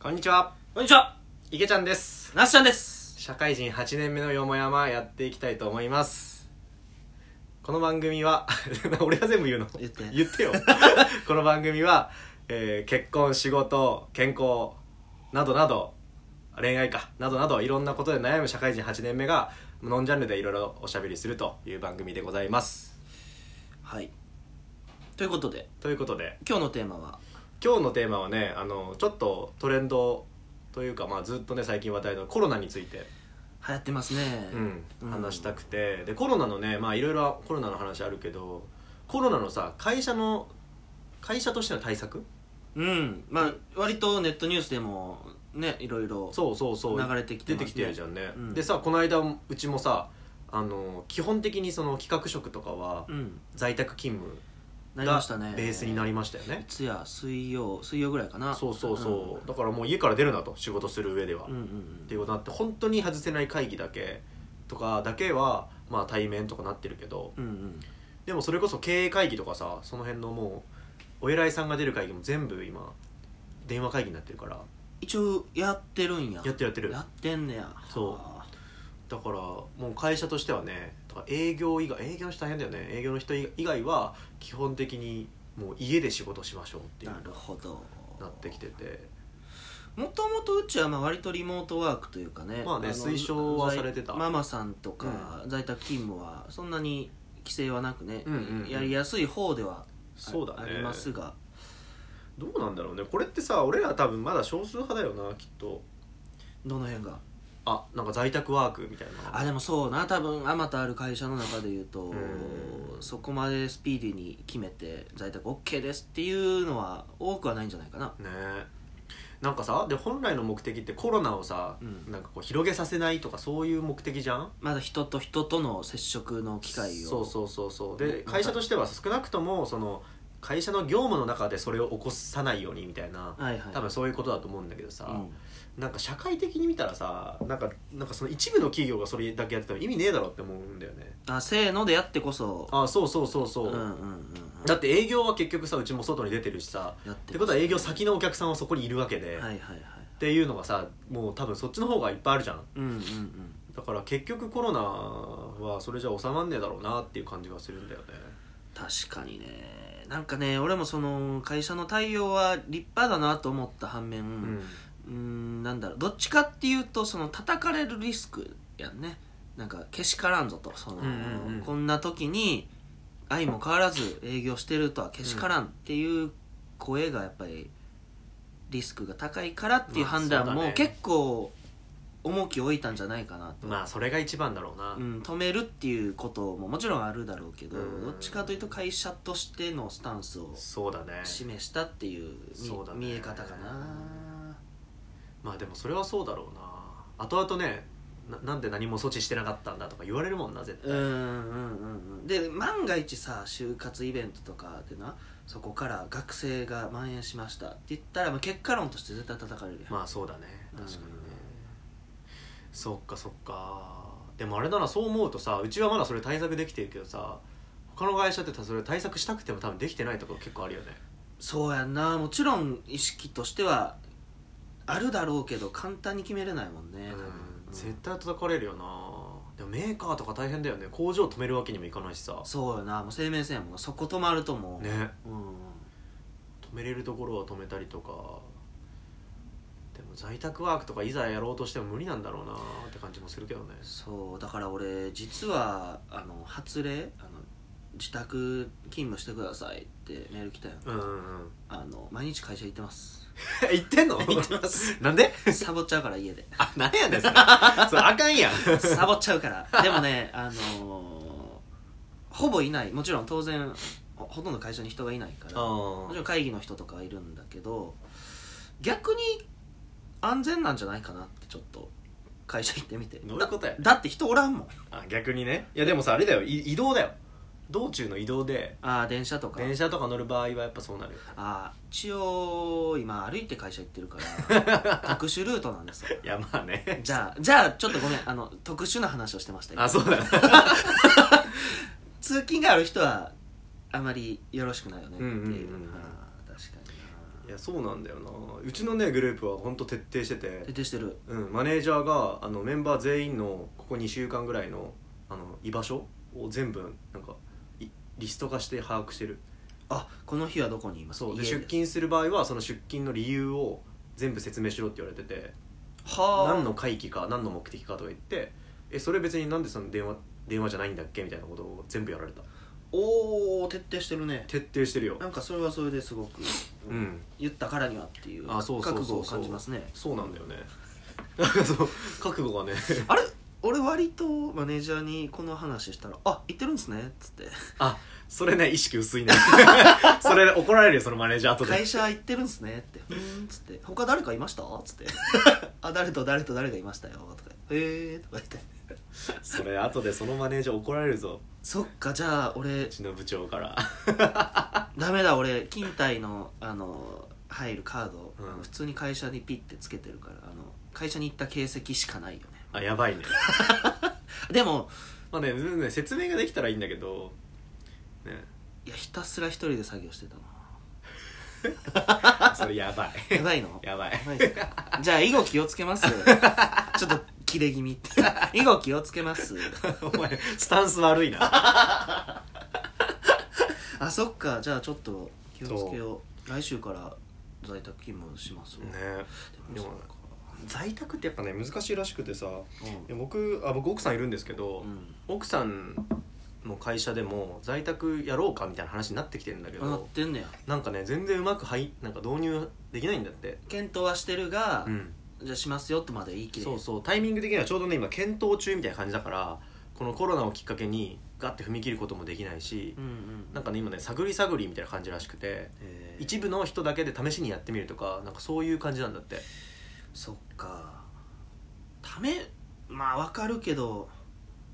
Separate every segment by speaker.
Speaker 1: こんにちは
Speaker 2: こんにちは
Speaker 1: 池ちゃんです
Speaker 2: なっしちゃんです
Speaker 1: 社会人8年目のよもやまやっていきたいと思いますこの番組は 俺が全部言うの
Speaker 2: 言って
Speaker 1: 言 ってよこの番組は、えー結婚仕事健康などなど恋愛かなどなどいろんなことで悩む社会人8年目がノンジャンルでいろいろおしゃべりするという番組でございます
Speaker 2: はいということで
Speaker 1: ということで
Speaker 2: 今日のテーマは
Speaker 1: 今日のテーマはねあのちょっとトレンドというか、まあ、ずっとね最近話題のコロナについて
Speaker 2: 流行ってますね
Speaker 1: う
Speaker 2: うん
Speaker 1: ん、話したくてでコロナのねまあいろいろコロナの話あるけどコロナのさ会社の会社としての対策
Speaker 2: うんまあ割とネットニュースでもねいろいろ
Speaker 1: そうそうそう
Speaker 2: 流れてきてます
Speaker 1: 出
Speaker 2: ね
Speaker 1: てきてるじゃんね、
Speaker 2: うん
Speaker 1: でさこの間うちもさあの基本的にその企画職とかは
Speaker 2: うん
Speaker 1: 在宅勤務
Speaker 2: なり
Speaker 1: が
Speaker 2: ましたね
Speaker 1: ベースになりましたよ
Speaker 2: い
Speaker 1: ね、
Speaker 2: つや水曜水曜ぐらいかな
Speaker 1: そうそうそう、だからもう家から出るなと仕事する上では、
Speaker 2: うん、うん
Speaker 1: って
Speaker 2: う
Speaker 1: い
Speaker 2: ん
Speaker 1: うことになって本当に外せない会議だけとかだけはまあ対面とかなってるけど
Speaker 2: うんうん
Speaker 1: でもそれこそ経営会議とかさその辺のもうお偉いさんが出る会議も全部今電話会議になってるから
Speaker 2: 一応やってるんや
Speaker 1: やってるやってる
Speaker 2: やってんねや
Speaker 1: そう
Speaker 2: はあ
Speaker 1: だからもう会社としてはねだから営業以外営業の人大変だよね営業の人以外は基本的にもう家で仕事しましょうっていう
Speaker 2: なるほど
Speaker 1: なってきてて
Speaker 2: もともとうちはまあ割とリモートワークというかね
Speaker 1: まあね
Speaker 2: の
Speaker 1: 推奨はされてた
Speaker 2: 在ママさんとか在宅勤務はそんなに規制はなくね、
Speaker 1: うんうんうん
Speaker 2: やりやすい方ではあ
Speaker 1: そうだね
Speaker 2: ありますが
Speaker 1: どうなんだろうねこれってさ俺ら多分まだ少数派だよなきっと
Speaker 2: どの辺が
Speaker 1: あなんか在宅ワークみたいな
Speaker 2: あでもそうな多分あまたある会社の中で言うと
Speaker 1: うん
Speaker 2: そこまでスピーディーに決めて在宅 OK ですっていうのは多くはないんじゃないかな
Speaker 1: ねなんかさで本来の目的ってコロナをさ、
Speaker 2: うん
Speaker 1: なんかこう広げさせないとかそういう目的じゃん
Speaker 2: まだ人と人との接触の機会を
Speaker 1: そうそうそうそう
Speaker 2: なん
Speaker 1: で
Speaker 2: か
Speaker 1: 会社としては少なくともその会社の業務の中でそれを起こさないようにみたいな
Speaker 2: はいはい
Speaker 1: 多分そういうことだと思うんだけどさ、
Speaker 2: うん
Speaker 1: なんか社会的に見たらさなんかなんかその一部の企業がそれだけやってたら意味ねえだろって思うんだよね
Speaker 2: あせーのでやってこそ
Speaker 1: あそうそうそうそう、
Speaker 2: うんうんうんうん
Speaker 1: だって営業は結局さうちも外に出てるしさ
Speaker 2: やっ
Speaker 1: っててことは営業先のお客さんはそこにいるわけで、
Speaker 2: はい
Speaker 1: っ
Speaker 2: はいはい
Speaker 1: ていうのがさもう多分そっちの方がいっぱいあるじゃん
Speaker 2: うんうんうん
Speaker 1: だから結局コロナはそれじゃ収まんねえだろうなっていう感じがするんだよね
Speaker 2: 確かにねなんかね俺もその会社の対応は立派だなと思った反面
Speaker 1: う
Speaker 2: うんーんなんだろうどっちかっていうとその叩かれるリスクやんねなんかけしからんぞとその、
Speaker 1: うんうんうん
Speaker 2: こんな時に愛も変わらず営業してるとはけしからんっていう声がやっぱりリスクが高いからっていう
Speaker 1: まあ
Speaker 2: 判断
Speaker 1: そうだ
Speaker 2: も
Speaker 1: ね
Speaker 2: 結構重きを置いたんじゃないかなと
Speaker 1: まあそれが一番だろうな、
Speaker 2: うん、止めるっていうことももちろんあるだろうけど
Speaker 1: うん
Speaker 2: どっちかというと会社としてのスタンスを
Speaker 1: そうだね
Speaker 2: 示したっていうみ
Speaker 1: そうだね
Speaker 2: 見え方かな
Speaker 1: まあでもそれはそうだろうな後々ねななんで何も措置してなかったんだとか言われるもんな絶
Speaker 2: うん
Speaker 1: 対、
Speaker 2: うんうんうんで万が一さ就活イベントとかでなそこから学生が蔓延しましたって言ったら、まあ、結果論として絶対叩かれるやん、
Speaker 1: まあそうだね
Speaker 2: うん
Speaker 1: 確かにね、そっかそっかでもあれだなそう思うとさうちはまだそれ対策できてるけどさ他の会社ってそれ対策したくても多分できてないところ結構あるよね
Speaker 2: そうやんなもちろん意識としてはあるだろうけど簡単に決めれないもんね、多分
Speaker 1: う
Speaker 2: うんん
Speaker 1: 絶対叩かれるよなでもメーカーとか大変だよね工場止めるわけにもいかないしさ
Speaker 2: そうやなもう生命線やもんなそこ止まるともう、
Speaker 1: ね
Speaker 2: うん
Speaker 1: 止めれるところは止めたりとかでも在宅ワークとかいざやろうとしても無理なんだろうなって感じもするけどね
Speaker 2: そうだから俺実はあの発令あの自宅勤務してくださいってメール来たよ
Speaker 1: うんうんうん
Speaker 2: あの毎日会社行ってます
Speaker 1: 言ってんの
Speaker 2: 行ってます
Speaker 1: なんで
Speaker 2: サボっちゃうから家で
Speaker 1: あなんやねんそれそれあかんやん
Speaker 2: サボっちゃ うからでもねあのーほぼいないもちろん当然ほほとんど会社に人がいないからも
Speaker 1: あ
Speaker 2: ちろん会議の人とかはいるんだけど逆に安全なんじゃないかなってちょっと会社行ってみて
Speaker 1: どういうことや
Speaker 2: だだって人おらんもん
Speaker 1: あ逆にねいやでもさあれだよい移動だよ道中の移動で
Speaker 2: ああ電車とか
Speaker 1: 電車とか乗る場合はやっぱそうなるよ
Speaker 2: あー一応今歩いて会社行ってるから 特殊ルートなんですよ
Speaker 1: いやまあね
Speaker 2: じゃあじゃあちょっとごめんあの特殊な話をしてました
Speaker 1: あ
Speaker 2: 今
Speaker 1: そうだね
Speaker 2: 通勤がある人はあまりよろしくないよねっていう,、
Speaker 1: うんうんうんうん
Speaker 2: あー確かに
Speaker 1: いやそうなんだよなうちのねグループは本当徹底してて
Speaker 2: 徹底してる
Speaker 1: うん、マネージャーがあのメンバー全員のここ2週間ぐらいのあの居場所を全部なんかいリスト化して把握してる
Speaker 2: あこの日はどこにいます
Speaker 1: そうで
Speaker 2: 家
Speaker 1: 出
Speaker 2: す
Speaker 1: 勤する場合はその出勤の理由を全部説明しろって言われてて
Speaker 2: はあ
Speaker 1: 何の会議か何の目的かとか言ってえそれ別になんでその電話電話じゃないんだっけみたいなことを全部やられた
Speaker 2: おお徹底してるね
Speaker 1: 徹底してるよ
Speaker 2: なんかそれはそれですごく、
Speaker 1: うん
Speaker 2: 言ったからにはっていう
Speaker 1: あそうそうそう
Speaker 2: 覚悟
Speaker 1: そう
Speaker 2: を感じますね
Speaker 1: そうなんだよねなんかそう覚悟がね
Speaker 2: あれ俺割とマネージャーにこの話したら「あ言ってるんですね」っつって
Speaker 1: あそれね意識薄い ねそれ怒られるよそのマネージャー
Speaker 2: 「
Speaker 1: とで
Speaker 2: 会社行ってるんですね」って「ふーん」っつって「他誰かいました?」っつって 「あ誰と誰と誰がいましたよ」とか「へえ」とか言って
Speaker 1: それ後でそのマネージャー怒られるぞ
Speaker 2: 「そっかじゃあ俺
Speaker 1: うちの部長から
Speaker 2: ダメだ俺勤怠のあの入るカード、
Speaker 1: うん
Speaker 2: 普通に会社にピッてつけてるからあの会社に行った形跡しかないよね
Speaker 1: あやばいね
Speaker 2: でも
Speaker 1: まあね全然ね説明ができたらいいんだけどね
Speaker 2: いやひたすら一人で作業してた の
Speaker 1: それやばい
Speaker 2: やばいの
Speaker 1: やばい
Speaker 2: やばいっすかじゃあ囲碁気をつ けますちょっと切れ気味って囲碁気をつけます
Speaker 1: お前スタンス悪いな
Speaker 2: あそっかじゃあちょっと気をつけよう来週から在宅勤務しますわ
Speaker 1: ね
Speaker 2: で
Speaker 1: で
Speaker 2: も
Speaker 1: も在宅ってやっぱね難しいらしくてさ
Speaker 2: そうか
Speaker 1: いや僕あ僕奥さんいるんですけど、
Speaker 2: うん、うん
Speaker 1: 奥さんの会社でも在宅やろうかみたいな話になってきてるんだけ
Speaker 2: あなっ
Speaker 1: ど
Speaker 2: てんねや
Speaker 1: なんかね全然うまくはいなんか導入できないんだって
Speaker 2: 検討はしてるが、
Speaker 1: うん
Speaker 2: じゃあしますよってまで言い切れ
Speaker 1: そうそうタイミング的にはちょうどね今検討中みたいな感じだからこのコロナをきっかけにガッて踏み切ることもできないし、
Speaker 2: うんうん
Speaker 1: なんかね今ね探り探りみたいな感じらしくて
Speaker 2: えー
Speaker 1: 一部の人だけで試しにやってみるとかなんかそういう感じなんだって
Speaker 2: そっかためまあわかるけど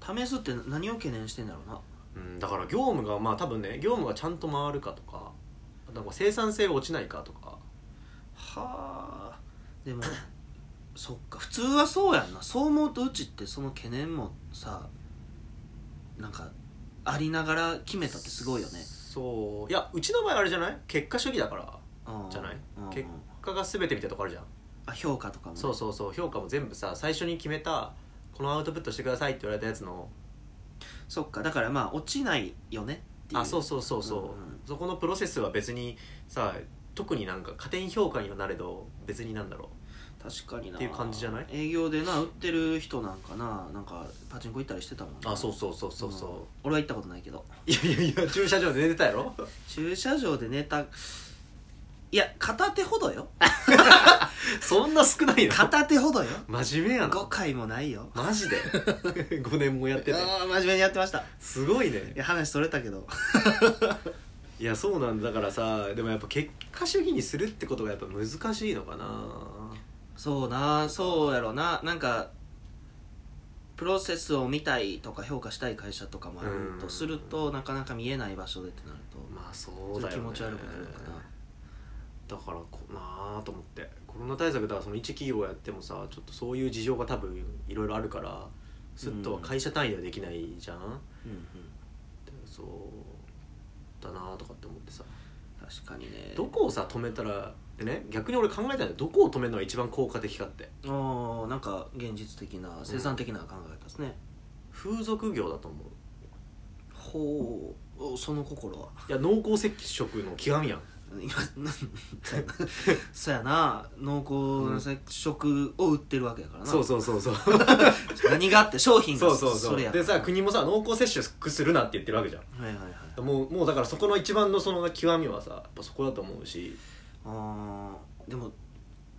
Speaker 2: 試すって何を懸念してんだろうな
Speaker 1: うんだから業務がまあ多分ね業務がちゃんと回るかとかなんか生産性が落ちないかとか
Speaker 2: はあでも そっか普通はそうやんなそう思うとうちってその懸念もさなんかありながら決めたってすごいよね
Speaker 1: そういやうちの場合あれじゃない結果主義だから
Speaker 2: うん
Speaker 1: じゃない
Speaker 2: うん
Speaker 1: 結果が全てみたいなとこあるじゃん
Speaker 2: あ評価とかもね
Speaker 1: そうそうそう評価も全部さ最初に決めたこのアウトプットしてくださいって言われたやつの
Speaker 2: そっかだからまあ落ちないよねっていう
Speaker 1: あそうそうそうそう、
Speaker 2: うんうん
Speaker 1: そこのプロセスは別にさ特になんか加点評価にはなれど別になんだろ
Speaker 2: 確かにな
Speaker 1: っていう感じじゃない
Speaker 2: 営業でな売ってる人なんかななんかパチンコ行ったりしてたもん
Speaker 1: う
Speaker 2: な
Speaker 1: あそうそうそうそうそう、
Speaker 2: ん俺は行ったことないけど
Speaker 1: いやいやいや駐車場で寝てたやろ
Speaker 2: 駐車場で寝たいや片手ほどよ
Speaker 1: そんな少ないの
Speaker 2: 片手ほどよ
Speaker 1: 真面目やな
Speaker 2: 5回もないよ
Speaker 1: マジで 5年もやってて
Speaker 2: ああ真面目にやってました
Speaker 1: すごい
Speaker 2: い
Speaker 1: ね
Speaker 2: や話それたけど
Speaker 1: いやそうなんだだからさでもやっぱ結果主義にするってことがやっぱ難しいのかな
Speaker 2: そうなそうやろななんかプロセスを見たいとか評価したい会社とかもある
Speaker 1: う
Speaker 2: と
Speaker 1: ん
Speaker 2: するとなかなか見えない場所でってなると
Speaker 1: まあそうだよ、ね、
Speaker 2: ちょっと気持ち悪くなるのかな
Speaker 1: だからこなあと思ってコロナ対策だからその一企業やってもさちょっとそういう事情が多分いろいろあるからすっとは会社単位ではできないじゃん、
Speaker 2: うんうん
Speaker 1: そうだなあとかって思ってさ
Speaker 2: 確かにね
Speaker 1: どこをさ止めたらでね逆に俺考えたんだよどこを止めるのが一番効果的かって
Speaker 2: ああなんか現実的な生産的な考え方ですね、
Speaker 1: 風俗業だと思う
Speaker 2: ほうおその 心はい
Speaker 1: や濃厚接触の極みやん
Speaker 2: 今なんそうやな そうやな濃厚な接触を売ってるわけやからな、
Speaker 1: そうそうそう そう
Speaker 2: 何があって商品が
Speaker 1: そうそうそ
Speaker 2: れや
Speaker 1: う
Speaker 2: から
Speaker 1: でさ国もさ濃厚接触するなって言ってるわけじゃん
Speaker 2: はいはいはい
Speaker 1: もうもうだからそこの一番のその極みはさやっぱそこだと思うし
Speaker 2: あーでも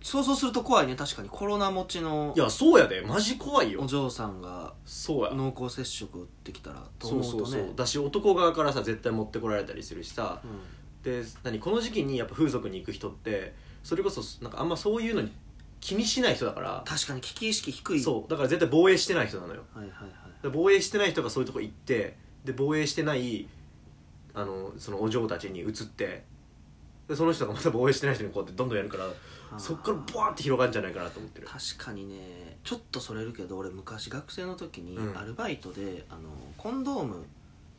Speaker 2: 想像すると怖いね確かにコロナ持ちの
Speaker 1: いやそうやでマジ怖いよ
Speaker 2: お嬢さんが
Speaker 1: そうや
Speaker 2: 濃厚接触を打ってきたらと
Speaker 1: そう
Speaker 2: 思うと
Speaker 1: そ
Speaker 2: ね
Speaker 1: うそうだし男側からさ絶対持ってこられたりするしさ
Speaker 2: うん
Speaker 1: で何この時期にやっぱ風俗に行く人ってそれこそなんかあんまそういうのに気にしない人だから
Speaker 2: 確かに危機意識低い
Speaker 1: そうだから絶対防衛してない人なのよ
Speaker 2: はいはいはい
Speaker 1: で防衛してない人がそういうとこ行ってで防衛してないあのそのお嬢たちに移ってでその人がまた防衛してない人にこうやってどんどんやるから
Speaker 2: あー
Speaker 1: そっからブワーって広がるんじゃないかなと思ってる
Speaker 2: 確かにねちょっとそれるけど俺昔学生の時に
Speaker 1: うん
Speaker 2: アルバイトで、あのコンドーム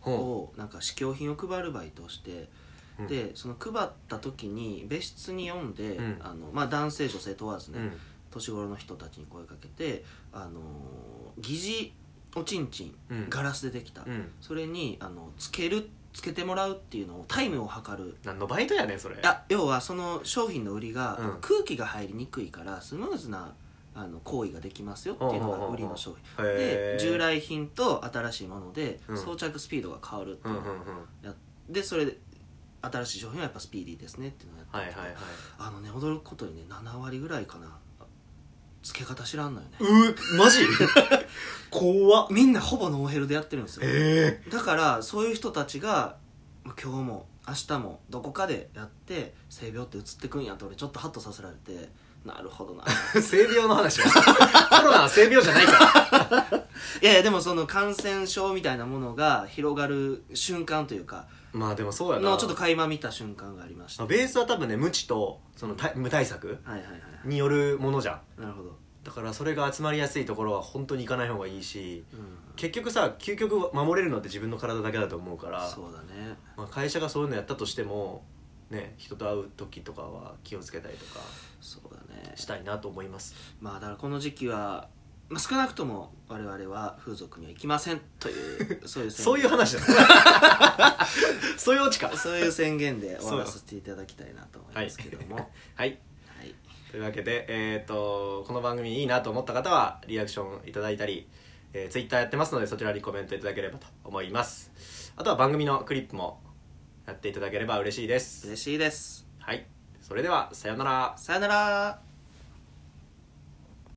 Speaker 1: ほ
Speaker 2: をなんか試供品を配るバイトをして
Speaker 1: うん
Speaker 2: でその配った時に別室に読んで、
Speaker 1: うん
Speaker 2: あのまあ、男性女性問わずね、
Speaker 1: うん
Speaker 2: 年頃の人たちに声かけて、あのー疑似おちんちん、
Speaker 1: うん
Speaker 2: ガラスでできた、
Speaker 1: うん
Speaker 2: それにあのつけるつけてもらうっていうのをタイムを測る
Speaker 1: 何のバイトやねんそれ
Speaker 2: いや要はその商品の売りが、
Speaker 1: うん
Speaker 2: 空気が入りにくいからスムーズなあの行為ができますよっていうのが売りの商品
Speaker 1: うんうんうんうんへ
Speaker 2: で
Speaker 1: ー
Speaker 2: 従来品と新しいもので
Speaker 1: うん
Speaker 2: 装着スピードが変わるって
Speaker 1: う
Speaker 2: い
Speaker 1: ん
Speaker 2: う
Speaker 1: う
Speaker 2: の
Speaker 1: んうん
Speaker 2: やでそれで新しい商品はやっぱスピーディーですねっていうのをやって
Speaker 1: はい
Speaker 2: て
Speaker 1: はいはい
Speaker 2: あのね驚くことにね7割ぐらいかな付け方知らんのよね
Speaker 1: うー マジ怖っ
Speaker 2: みんなほぼノーヘルでやってるんですよ
Speaker 1: え
Speaker 2: だからそういう人たちがまあ今日も明日もどこかでやって性病って移ってくんやって俺ちょっとハッとさせられてな るほどな
Speaker 1: え性病の話コロナは性病じゃないから
Speaker 2: いやいやでもその感染症みたいなものが広がる瞬間というか
Speaker 1: まあでもそうやな
Speaker 2: のちょっと垣間見た瞬間がありました
Speaker 1: まあ
Speaker 2: はい
Speaker 1: ベースは多分ね無知とそのた無対策
Speaker 2: はいはいはい
Speaker 1: によるものじゃん
Speaker 2: なるほど、
Speaker 1: だからそれが集まりやすいところは本当に行かない方がいいし
Speaker 2: うん、
Speaker 1: 結局さ究極守れるのって自分の体だけだと思うから
Speaker 2: そうだね
Speaker 1: まあ、会社がそういうのやったとしてもね人と会う時とかは気をつけたりとか
Speaker 2: そうだね
Speaker 1: したいなと思います
Speaker 2: まあだからこの時期は、まあ、少なくとも我々は風俗には行きませんというそういう宣言
Speaker 1: そういう話だ そういうオチか
Speaker 2: そういう宣言で終わらせていただきたいなと思いますけども、はい、
Speaker 1: はいというわけでえっ、とこの番組いいなと思った方はリアクションいただいたり、えー、Twitter やってますのでそちらにコメントいただければと思いますあとは番組のクリップもやっていただければ嬉しいです
Speaker 2: 嬉しいです
Speaker 1: はいそれではさようなら
Speaker 2: さよなら